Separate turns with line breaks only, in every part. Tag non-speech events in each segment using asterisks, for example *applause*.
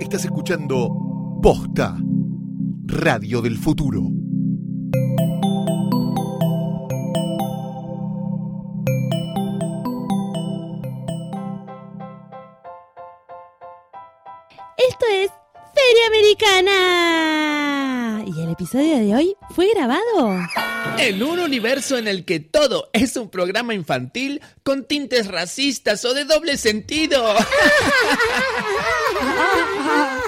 Estás escuchando Posta, Radio del Futuro.
Esto es Feria Americana. Y el episodio de hoy fue grabado.
En un universo en el que todo es un programa infantil con tintes racistas o de doble sentido. Hola,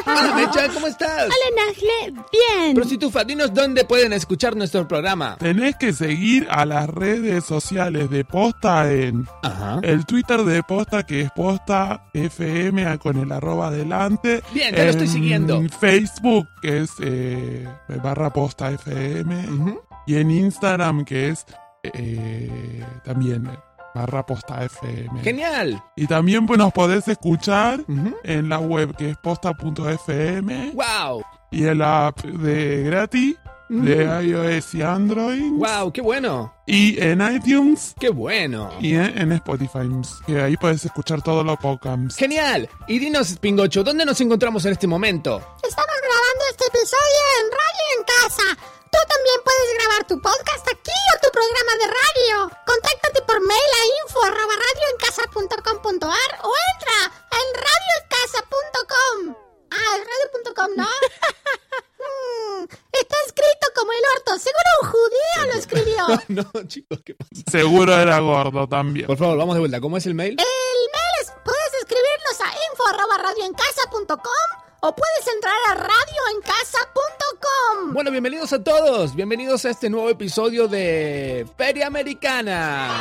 Ah, Mecha, ¿cómo estás?
Hola, Nagle, bien.
Pero si tus fatinos, ¿dónde pueden escuchar nuestro programa?
Tenés que seguir a las redes sociales de Posta en
Ajá.
el Twitter de Posta, que es Posta FM ah, con el arroba adelante.
Bien, ya lo estoy
En
siguiendo.
Facebook, que es eh, barra Posta FM. Y en Instagram, que es eh, también eh, barra Posta FM.
Genial.
Y también pues, nos podés escuchar
Ujú.
en la web, que es posta.fm.
Wow.
Y en la app de gratis.
Mm.
De iOS y Android.
Wow, qué bueno.
Y en iTunes
Qué bueno.
y en, en Spotify. Que ahí puedes escuchar todos los podcasts.
Genial. Y dinos, Pingocho, ¿dónde nos encontramos en este momento?
Estamos grabando este episodio en Radio en Casa. Tú también puedes grabar tu podcast aquí o tu programa de radio. Contáctate por mail a info@radioencasa.com.ar o entra en radioencasa.com. Ah, es radio.com, ¿no? Mm, está escrito como el orto. Seguro un judío lo
*laughs*
escribió.
*laughs* No, chicos, ¿qué pasa?
Seguro era gordo también.
Por favor, vamos de vuelta. ¿Cómo es el mail?
El mail es, puedes escribirnos a info@radioencasa.com o puedes entrar a radioencasa.com.
Bueno, bienvenidos a todos. Bienvenidos a este nuevo episodio de Feria Americana.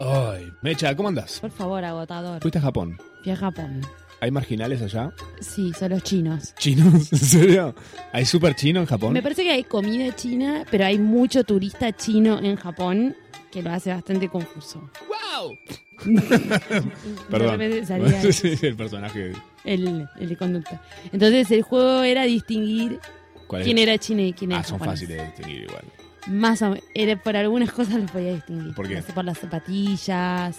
Ay, Mecha, ¿cómo andas?
Por favor, agotador.
Fuiste a Japón.
Fui a Japón.
¿Hay marginales allá?
Sí, son los chinos.
¿Chinos? *laughs* ¿En serio? ¿Hay súper chino en Japón?
Me parece que hay comida china, pero hay mucho turista chino en Japón que lo hace bastante confuso.
¡Wow!
De
Perdón.
repente
*laughs*
salía
Sí, el personaje.
el, el de conducta. Entonces el juego era distinguir
¿Cuál es?
quién era chino y quién era
Ah, son
japonés.
fáciles de distinguir igual. *laughs*
Más o menos. Era- Por algunas cosas los podía distinguir.
¿Por qué?
No sé, por las zapatillas,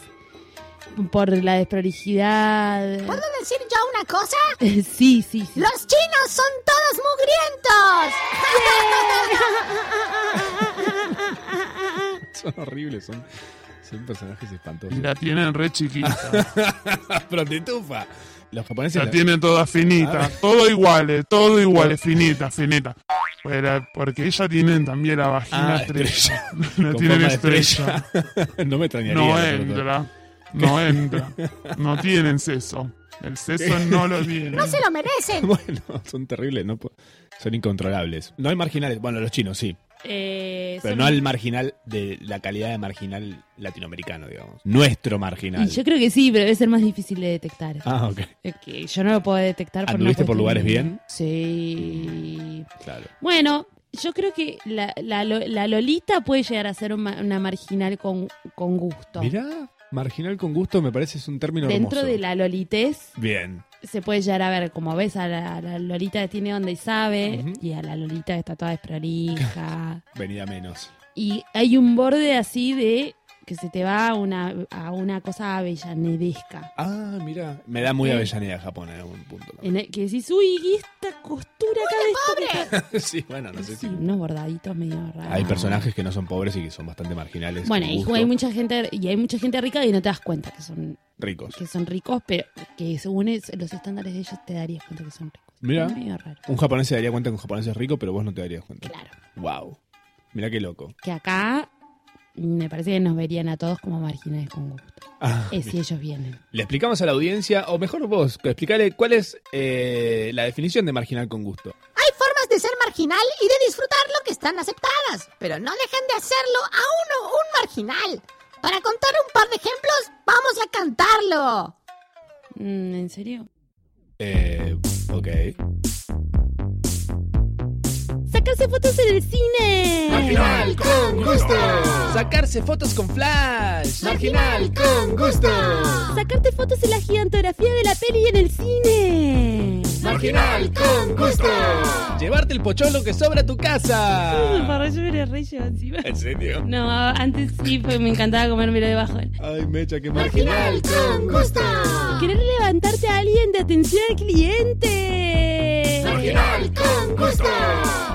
por la desprolijidad.
¿Puedo decir yo una cosa?
*laughs* Sí, sí, sí.
¡Los chinos son todos mugrientos!
Son horribles, son, son personajes espantosos.
Y
*laughs*
la tienen re chiquita.
Pero te tufa. Los japoneses
La
la-
tienen toda finita. Todo iguales, todo iguales, finita, finita. Pero- porque ellas tienen también la vagina
Ah,
*laughs* estrecha.
con
La tienen
forma de
estrecha.
estrella. *laughs* no me extrañaría.
No
la verdad.
entra. No entra. No tienen seso. El seso no lo tienen.
¡No se lo merecen!
*laughs* Bueno, son terribles, no po- son incontrolables. No hay marginales, bueno, los chinos sí,
Eh,
pero
son-
no al marginal de la calidad de marginal latinoamericano, digamos. Nuestro marginal.
Y yo creo que sí, pero debe ser más difícil de detectar.
Ah, ok,
Es que yo no lo puedo detectar por una
¿Anduviste por
cuestión
lugares
de-
bien?
Sí.
claro.
Bueno, yo creo que la, la lo- la Lolita puede llegar a ser un ma- una marginal con, con gusto.
Mirá, marginal con gusto me parece es un término
Dentro
hermoso.
de la Lolitez
Bien,
se puede llegar a ver, como ves, a la, a la Lolita que tiene onda y sabe,
Ujú.
y a la Lolita que está toda desprolija.
venida menos.
y hay un borde así de que se te va a una, a una cosa avellanedesca.
Ah, mira, me da muy
Sí.
Avellaneda Japón en algún punto.
En el que decís, uy, y esta costura acá de esto que está-".
*laughs* sí, bueno, no sé
Sí,
si...
unos bordaditos medio raros.
Hay personajes que no son pobres y que son bastante marginales.
Bueno,
con
y
gusto,
hay mucha gente y hay mucha gente rica y no te das cuenta que son
Ricos.
que son ricos, pero que según es- los estándares de ellos te darías cuenta que son ricos.
Mira.
Es medio raro.
Un japonés se daría cuenta que un japonés es rico, pero vos no te darías cuenta.
Claro,
Wow. Mira qué loco.
que acá me parece que nos verían a todos como marginales con gusto.
Ah,
Es si ellos vienen.
Le explicamos a la audiencia, o mejor vos, explicarle cuál es eh, la definición de marginal con gusto.
Hay formas de ser marginal y de disfrutar lo que están aceptadas, pero no dejen de hacerlo a uno un marginal. Para contar un par de ejemplos, vamos a cantarlo.
Mm, ¿En serio?
Eh, ok.
¡Sacarse fotos en el cine!
Marginal con gusto. Sacarse fotos con flash. Marginal con gusto.
¡Sacarte fotos en la gigantografía de la peli y en el cine!
Marginal con gusto. Llevarte el pocholo que sobra a tu casa.
*laughs* Para yo era re lleva encima.
¿En serio?
No, antes sí, pues, me encantaba comérmelo debajo.
Ay, mecha, qué marginal.
con gusto.
Querer levantarte a alguien de atención al cliente.
Marginal con gusto.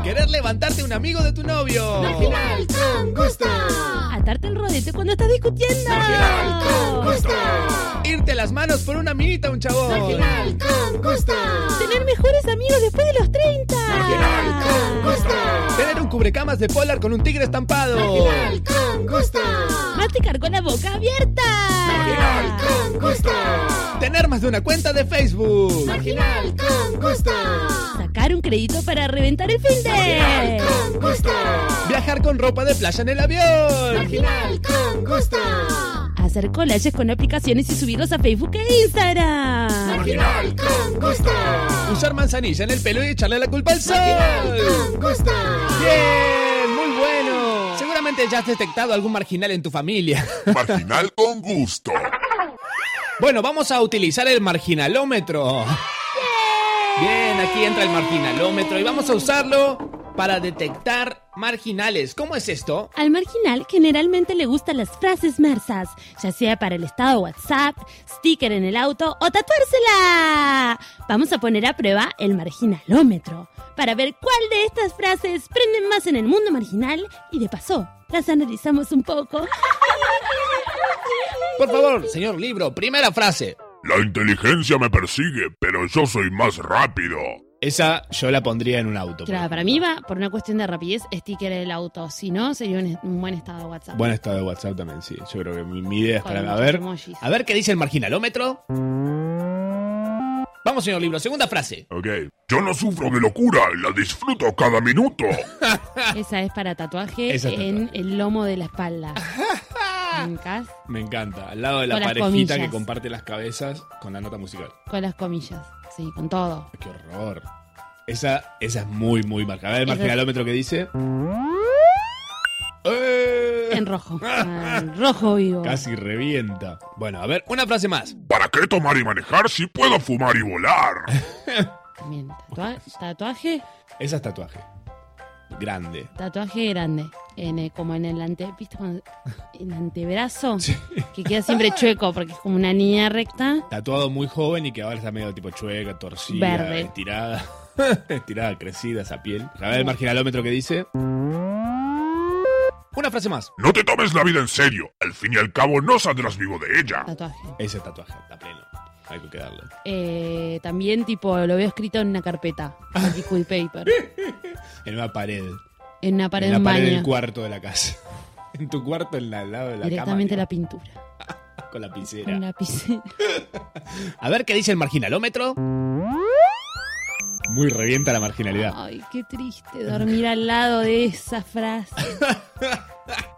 Querer levantarte un amigo de tu novio.
Marginal con gusto.
Atarte el rodete cuando estás discutiendo.
Marginal con gusto.
Irte las manos por una minita, un chabón.
Marginal con gusto.
Tener mejores amigos después de los 30.
Marginal con gusto.
Tener un cubrecamas de polar con un tigre estampado.
Marginal con gusto.
Masticar con la boca abierta.
Marginal con gusto.
Tener más de una cuenta de Facebook.
Marginal con gusto.
Sacar un crédito para reventar el fin de.
Con gusto.
Viajar con ropa de playa en el avión.
Marginal con gusto.
Hacer collages con aplicaciones y subirlos a Facebook e Instagram.
Marginal con gusto.
Usar manzanilla en el pelo y echarle la culpa al
Marginal
sol.
con gusto.
Bien, muy bueno. Seguramente ya has detectado algún marginal en tu familia. *laughs*
Marginal con gusto.
Bueno, vamos a utilizar el marginalómetro. Bien, aquí entra el marginalómetro y vamos a usarlo para detectar marginales. ¿Cómo es esto?
Al marginal generalmente le gustan las frases mersas, ya sea para el estado de WhatsApp, sticker en el auto o tatuársela. Vamos a poner a prueba el marginalómetro para ver cuál de estas frases prenden más en el mundo marginal y de paso las analizamos un poco.
Por favor, señor libro, primera frase.
La inteligencia me persigue, pero yo soy más rápido.
Esa yo la pondría en un auto. por
Claro,
ejemplo.
para mí va por una cuestión de rapidez sticker en el auto, si no sería un, un buen estado de WhatsApp.
Buen estado de WhatsApp también, sí. Yo creo que mi, mi idea es
Con
para. A
muchos
ver.
emojis.
A ver qué dice el marginalómetro. Vamos, señor libro, segunda frase.
Ok. Yo no sufro de locura, la disfruto cada minuto.
Esa es para tatuaje
Esa es
en
tatuaje.
el lomo de la
*laughs*
espalda. ¿Brincás?
Me encanta. Al lado de
la Con las parejita comillas. que
comparte las cabezas con la nota musical.
Con las comillas, sí, con todo.
¡Qué horror! Esa, esa es muy, muy marcada. A ver el
Esa-
marginalómetro que dice. ¡Eh!
En rojo. Ah, en rojo vivo.
Casi revienta. Bueno, a ver, una frase más.
¿Para qué tomar y manejar si puedo fumar y volar?
Bien, tatua- tatuaje,
Esa es tatuaje. Grande.
tatuaje grande. En el- como en el ante, ¿viste? Cuando- en el antebrazo. Que queda siempre chueco porque es como una niña recta.
Tatuado muy joven y que ahora está medio tipo chueca, torcida,
Verde.
estirada. *laughs* estirada, crecida esa piel. A ver el marginalómetro que dice. Una frase más.
No te tomes la vida en serio. Al fin y al cabo no saldrás vivo de ella.
Tatuaje.
Ese tatuaje está pleno. Hay que quedarle.
Eh, también, tipo, lo veo escrito en una carpeta. en Liquid paper.
*laughs* En una pared.
En una pared
en
de
la
un
pared del
baño.
cuarto de la casa. *laughs* En tu cuarto, en la- al lado de la
Directamente
cama.
la pintura.
la... Con la
Con
pincera.
un lapicero.
A ver qué dice el marginalómetro. Muy revienta la marginalidad.
Ay, qué triste dormir al lado de esa frase.
*laughs*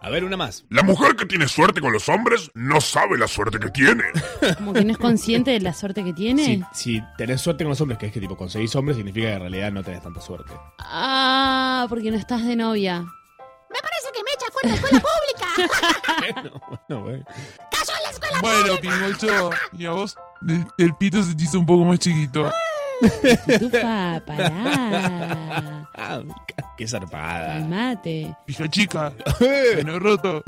A ver, una más.
La mujer que tiene suerte con los hombres no sabe la suerte que tiene.
Como que no es consciente de la suerte que tiene.
Si, si tenés suerte con los hombres, que es que tipo conseguís hombres, significa que en realidad no tenés tanta suerte.
Ah, porque no estás de novia.
Me parece que me echa fuera de escuela pública.
no,
*laughs*
no, güey.
Cayó en la escuela
Bueno, Pinocho, y a vos el, el pito se te hizo un poco más chiquito.
Tufa, pará.
Ah, qué zarpada.
Calmate.
Pija chica, pelo roto.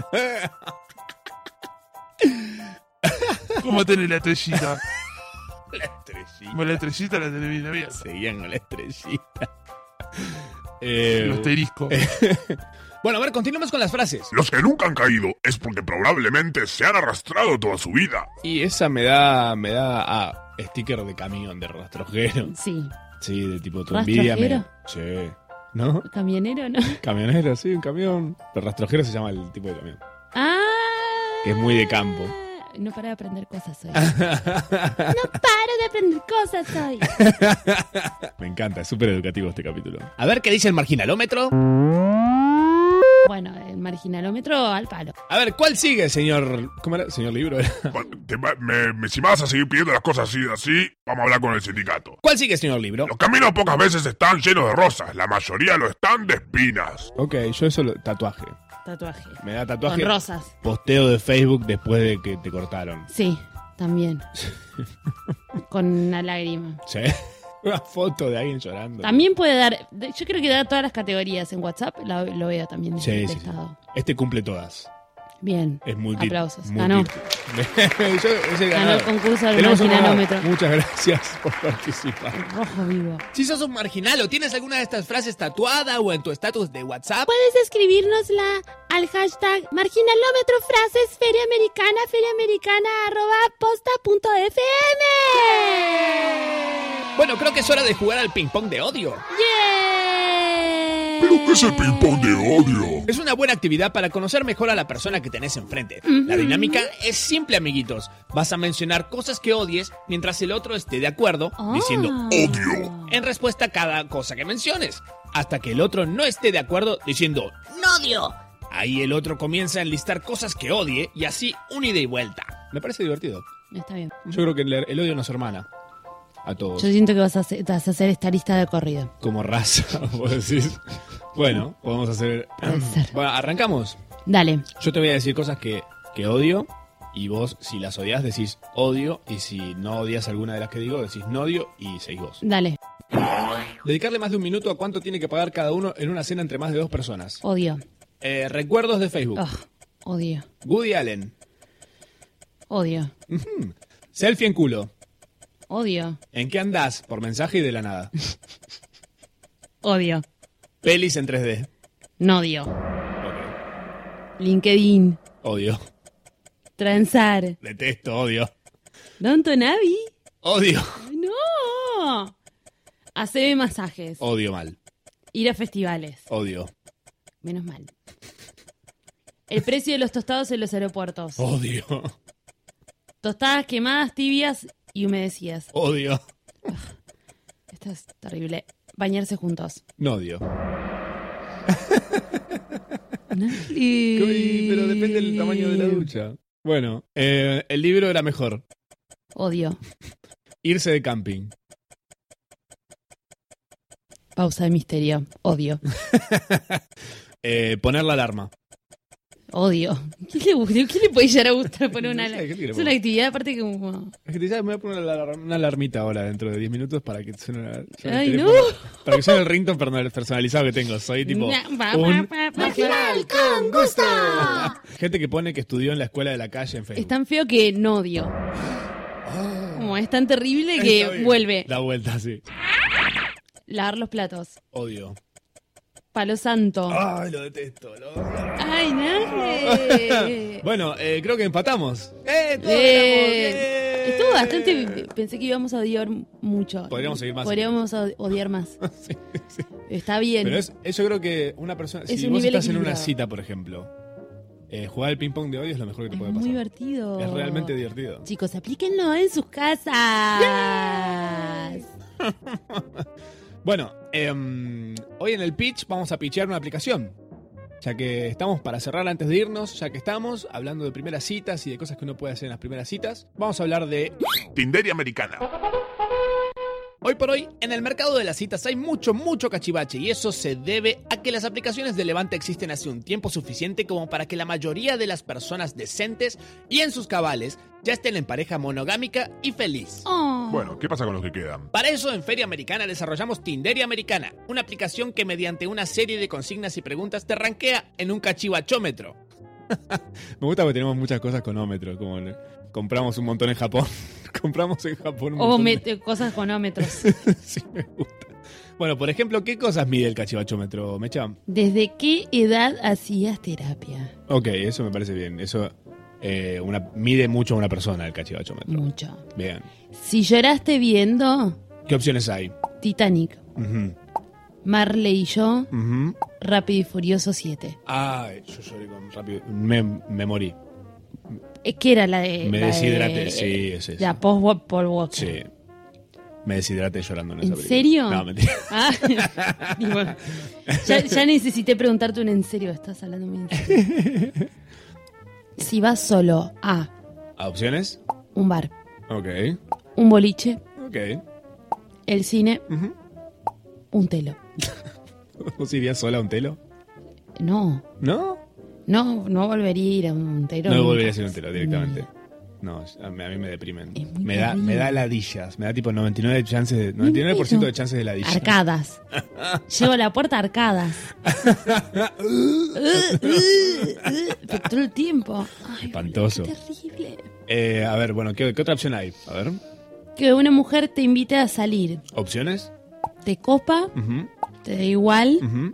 ¿Cómo tenés la estrellita?
La estrellita.
Bueno, la estrellita la tenés bien abierta.
Seguían con la estrellita. Eh,
El asterisco.
bueno, a ver, continuemos con las frases.
Los que nunca han caído es porque probablemente se han arrastrado toda su vida.
Y esa me da, me da, ah, sticker de camión, de rastrojero.
Sí,
Sí, de tipo tu envidia. Me... Sí. ¿No?
camionero, ¿no?
Camionero, sí, un camión. Pero rastrojero se llama el tipo de camión.
Ah.
Que es muy de campo.
No paro de aprender cosas hoy. No paro de aprender cosas hoy.
Me encanta, es súper educativo este capítulo. A ver qué dice el marginalómetro.
Bueno, el marginalómetro al palo.
A ver, ¿cuál sigue, señor. ¿Cómo era? Señor libro. *laughs* era.
Pa- te va- me- me- si vas a seguir pidiendo las cosas así, así, vamos a hablar con el sindicato.
¿Cuál sigue, señor libro?
Los caminos pocas veces están llenos de rosas, la mayoría lo están de espinas.
Ok, yo eso lo. Tatuaje.
Tatuaje.
Me da
Con
tatuaje.
rosas.
Posteo de Facebook después de que te cortaron.
Sí, también. Con una lágrima.
¿Sí? *laughs* Una foto de alguien llorando.
También puede dar, de- yo creo que da todas las categorías en WhatsApp, la- lo veo también
Sí,
desde
sí,
el
sí.
estado.
Este cumple todas.
Bien,
Es multi.
aplausos.
multi-
Ganó,
*laughs* Yo- es el
ganó el
ganador.
concurso del
Tenemos un ganador.
marginalómetro.
Muchas gracias *laughs* por participar.
El rojo vivo.
Si sos un marginal o tienes alguna de estas frases tatuada o en tu estatus de WhatsApp,
Puedes escribirnosla al hashtag marginalómetro frases feria americana, feria americana arroba posta punto fm.
bueno, creo que es hora de jugar al ping-pong de odio.
¡Yeah!
¿Pero qué es el ping-pong de odio?
Es una buena actividad para conocer mejor a la persona que tenés enfrente. La dinámica es simple, amiguitos. Vas a mencionar cosas que odies mientras el otro esté de acuerdo,
Ah.
diciendo
odio.
en respuesta a cada cosa que menciones, hasta que el otro no esté de acuerdo, diciendo
No odio.
Ahí el otro comienza a enlistar cosas que odie y así un ida y vuelta. Me parece divertido.
Está bien.
Yo creo que el, el odio nos hermana a todos.
Yo siento que vas a hacer, vas a hacer esta lista de corrido.
Como raza, *laughs* vos decís. Bueno, podemos hacer... *clears throat*
Puede ser.
Bueno, arrancamos.
Dale.
Yo te voy a decir cosas que, que odio y vos, si las odias, decís odio y si no odias alguna de las que digo, decís no odio y seguís vos.
Dale,
Dedicarle más de un minuto a cuánto tiene que pagar cada uno en una cena entre más de dos personas.
odio.
Eh, recuerdos de Facebook.
Ugh, odio,
Woody Allen.
odio,
Selfie en culo.
odio,
¿En qué andás? Por mensaje y de la nada.
odio,
Pelis en 3D.
no odio.
Ok.
LinkedIn,
Odio.
transar,
Detesto, odio.
Don Tonavi.
Odio.
No. Hacer masajes,
Odio mal.
ir a festivales,
Odio.
menos mal. El precio de los tostados en los aeropuertos.
Odio.
Tostadas quemadas, tibias y humedecidas.
Odio.
Esto es terrible. Bañarse juntos.
No odio. *laughs*
Uy,
pero depende del tamaño de la ducha. Bueno, eh, el libro era mejor.
Odio.
Irse de camping.
Pausa de misterio. Odio.
Eh, poner la alarma.
Odio. ¿Qué le, gusta- qué le puede llegar a gustar poner una
No sé, ¿qué le
Es
pongo?
una actividad aparte que como...
Es que te sabes, me voy a poner una, alar- una alarmita ahora dentro de 10 minutos para que suene, la- suene
Ay,
el
no.
teléfono. Para que suene el ringtone perna- personalizado que tengo. Soy tipo
Na- pa-
un-
pa- pa-
Marginal con gusto.
gente que pone que estudió en la escuela de la calle en
Es
Facebook.
tan feo que no odio. Como es tan terrible
Ah. Está
que
bien.
vuelve.
Da vuelta, sí.
Lavar los platos.
Odio.
Palo santo.
Ay, lo detesto. lo odio.
¡Ay,
*laughs*
Naje!
Bueno, eh, creo que empatamos. ¡Eh! todos ganamos,
Eh,
¡eh!
estuvo bastante. Pensé que íbamos a odiar mucho.
Podríamos seguir más.
Podríamos od- odiar más.
*laughs* Sí, sí.
Está bien.
Pero es, es- yo creo que una persona.
Es
si
un
vos
nivel
estás en una
equilibrado.
cita, por ejemplo, eh, jugar al ping-pong de hoy es lo mejor que te
Es
puede
muy
pasar.
divertido.
Es realmente divertido.
Chicos, aplíquenlo en sus casas.
Bueno, em, hoy en el pitch vamos a pitchear una aplicación. Ya que estamos para cerrar antes de irnos, ya que estamos hablando de primeras citas y de cosas que uno puede hacer en las primeras citas, vamos a hablar de
Tinderia americana.
Hoy por hoy, en el mercado de las citas hay mucho, mucho cachivache y eso se debe a que las aplicaciones de Levante existen hace un tiempo suficiente como para que la mayoría de las personas decentes y en sus cabales ya estén en pareja monogámica y feliz.
Oh.
Bueno, ¿qué pasa con los que quedan?
Para eso en Feria Americana desarrollamos Tinderia Americana, una aplicación que mediante una serie de consignas y preguntas te rankea en un cachivachómetro. *laughs* Me gusta porque tenemos muchas cosas con ómetro, como le- compramos un montón en Japón, *laughs* compramos en Japón un
O
montón de-
met- cosas conómetros.
*laughs* sí, me gusta. Bueno, por ejemplo, ¿qué cosas mide el cachivachómetro, Mecha?
¿Desde qué edad hacías terapia?
Ok, eso me parece bien. Eso eh, una, mide mucho a una persona el cachivachómetro.
Mucho.
Bien.
Si lloraste viendo
¿Qué opciones hay?
Titanic,
Ujú,
Marley y yo,
ujú.
Rápido y Furioso 7.
Ay, yo lloré con rápido. Me, me morí.
Es que era la de.
Me
la
deshidraté,
de-
sí, es eso.
La post Paul Walker.
Sí. Me deshidraté llorando en esa
¿En
película.
serio?
No, mentira. *laughs*
Ah, *laughs* digo, ya, ya necesité preguntarte un en serio, estás hablando muy en serio. Si vas solo a
¿A ¿Opciones?
un bar,
Ok.
un boliche,
Ok.
el cine,
Ujú.
un telo.
¿Vos irías sola a un telo?
No,
¿No?
no, no volvería a ir a un telo.
No
nunca.
volvería a ser un telo directamente. No, a mí, a mí me deprimen.
Mm. Es muy
Me da,
terrible.
me da ladillas. Me da tipo 99 chances de,
Me
99% de
muero.
chances de ladillas.
Arcadas. Llego a la puerta arcadas. Uh, uh, uh, pero todo el tiempo. Ay,
Espantoso.
boludo, qué terrible.
Eh, a ver, bueno, ¿qué, qué otra opción hay? A ver,
Que una mujer te invite a salir.
opciones.
Te copa,
Ujú,
te da igual,
ujú,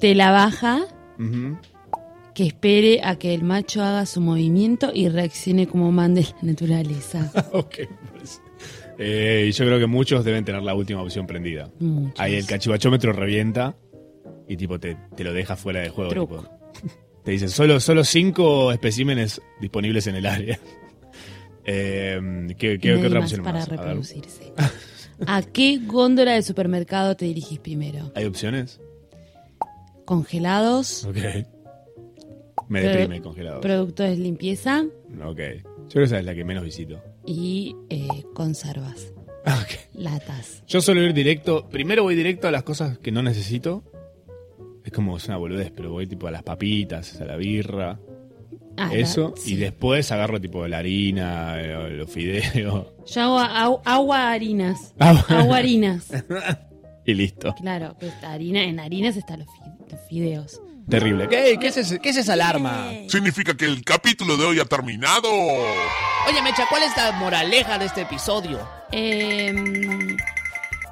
te la baja,
ujú. *laughs*
que espere a que el macho haga su movimiento y reaccione como mande la naturaleza.
Ok, pues. Eh, y yo creo que muchos deben tener la última opción prendida.
Muchos.
Ahí el cachivachómetro revienta y tipo te, te lo deja fuera de juego.
Truco.
tipo. Te dicen, solo, solo cinco especímenes disponibles en el área. *laughs* Eh, ¿qué, qué-
Y
qué
nadie
otra
más
opción
para
más? A ver,
reproducirse. ¿A qué góndola de supermercado te dirigís primero?
¿Hay opciones?
¿Congelados?
Ok. Me
Pro-
deprime congelado.
Productos de limpieza
Ok. Yo creo que esa es la que menos visito. *laughs*
y eh, conservas,
Ok.
latas.
Yo suelo ir directo. Primero voy directo a las cosas que no necesito. Es como es una boludez, pero voy tipo a las papitas, a la birra,
Ah,
eso.
la-
Y
sí.
después agarro tipo la harina, eh, los fideos. *laughs*
Yo hago au- agua harinas.
Agua.
Agua harinas. *laughs*
Y listo.
Claro, que esta harina, en harinas están los, fi- los fideos.
Terrible. ¿Qué, qué es, ese- qué es esa alarma?
Significa que el capítulo de hoy ha terminado.
Oye, Mecha, ¿cuál es la moraleja de este episodio?
Eh,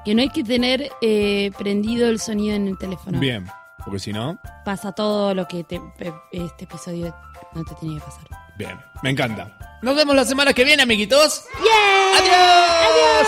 que no hay que tener eh, prendido el sonido en el teléfono.
Bien. Porque si no,
Pasa todo lo que te- pe- este episodio no te tiene que pasar.
bien. Me encanta.
Nos vemos la semana que viene, amiguitos.
¡Adiós!